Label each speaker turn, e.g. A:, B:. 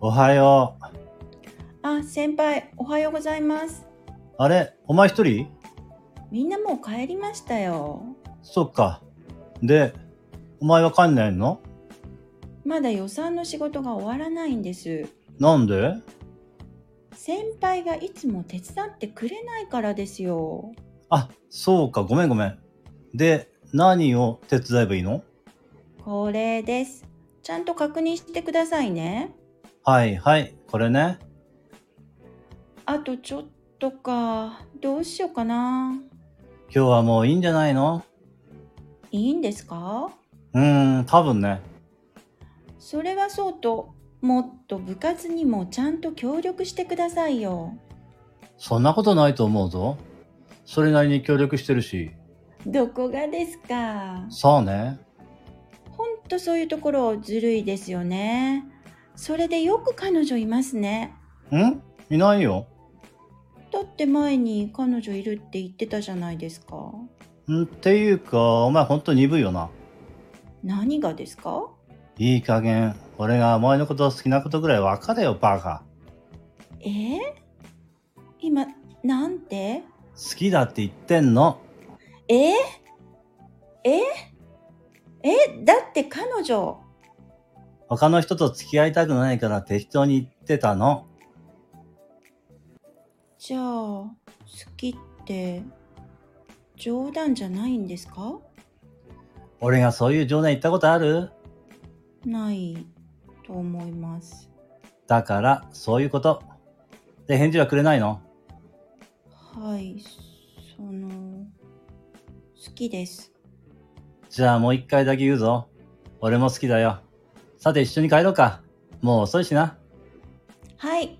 A: おはよう。
B: あ、先輩、おはようございます。
A: あれお前一人
B: みんなもう帰りましたよ。
A: そっか。で、お前は帰んないの
B: まだ予算の仕事が終わらないんです。
A: なんで
B: 先輩がいつも手伝ってくれないからですよ。
A: あ、そうか。ごめんごめん。で、何を手伝えばいいの
B: これです。ちゃんと確認してくださいね。
A: はいはい。これね。
B: あとちょっとか。どうしようかな。
A: 今日はもういいんじゃないの
B: いいんですか
A: うーん、多分ね。
B: それはそうと、もっと部活にもちゃんと協力してくださいよ。
A: そんなことないと思うぞ。それなりに協力してるし。
B: どこがですか
A: そうね。
B: ほんとそういうところずるいですよね。それでよく彼女いますね。
A: んいないよ。
B: だって前に彼女いるって言ってたじゃないですか。
A: んっていうか、お前ほんと鈍いよな。
B: 何がですか
A: いい加減、俺がお前のこと好きなことぐらいわかれよ、バカ。
B: えー今、なんて
A: 好きだって言ってんの。
B: えーえーえだって彼女、
A: 他の人と付き合いたくないから適当に言ってたの。
B: じゃあ、好きって、冗談じゃないんですか
A: 俺がそういう冗談言ったことある
B: ないと思います。
A: だから、そういうこと。で、返事はくれないの
B: はい、その、好きです。
A: じゃあもう一回だけ言うぞ。俺も好きだよ。さて一緒に帰ろうか。もう遅いしな。
B: はい、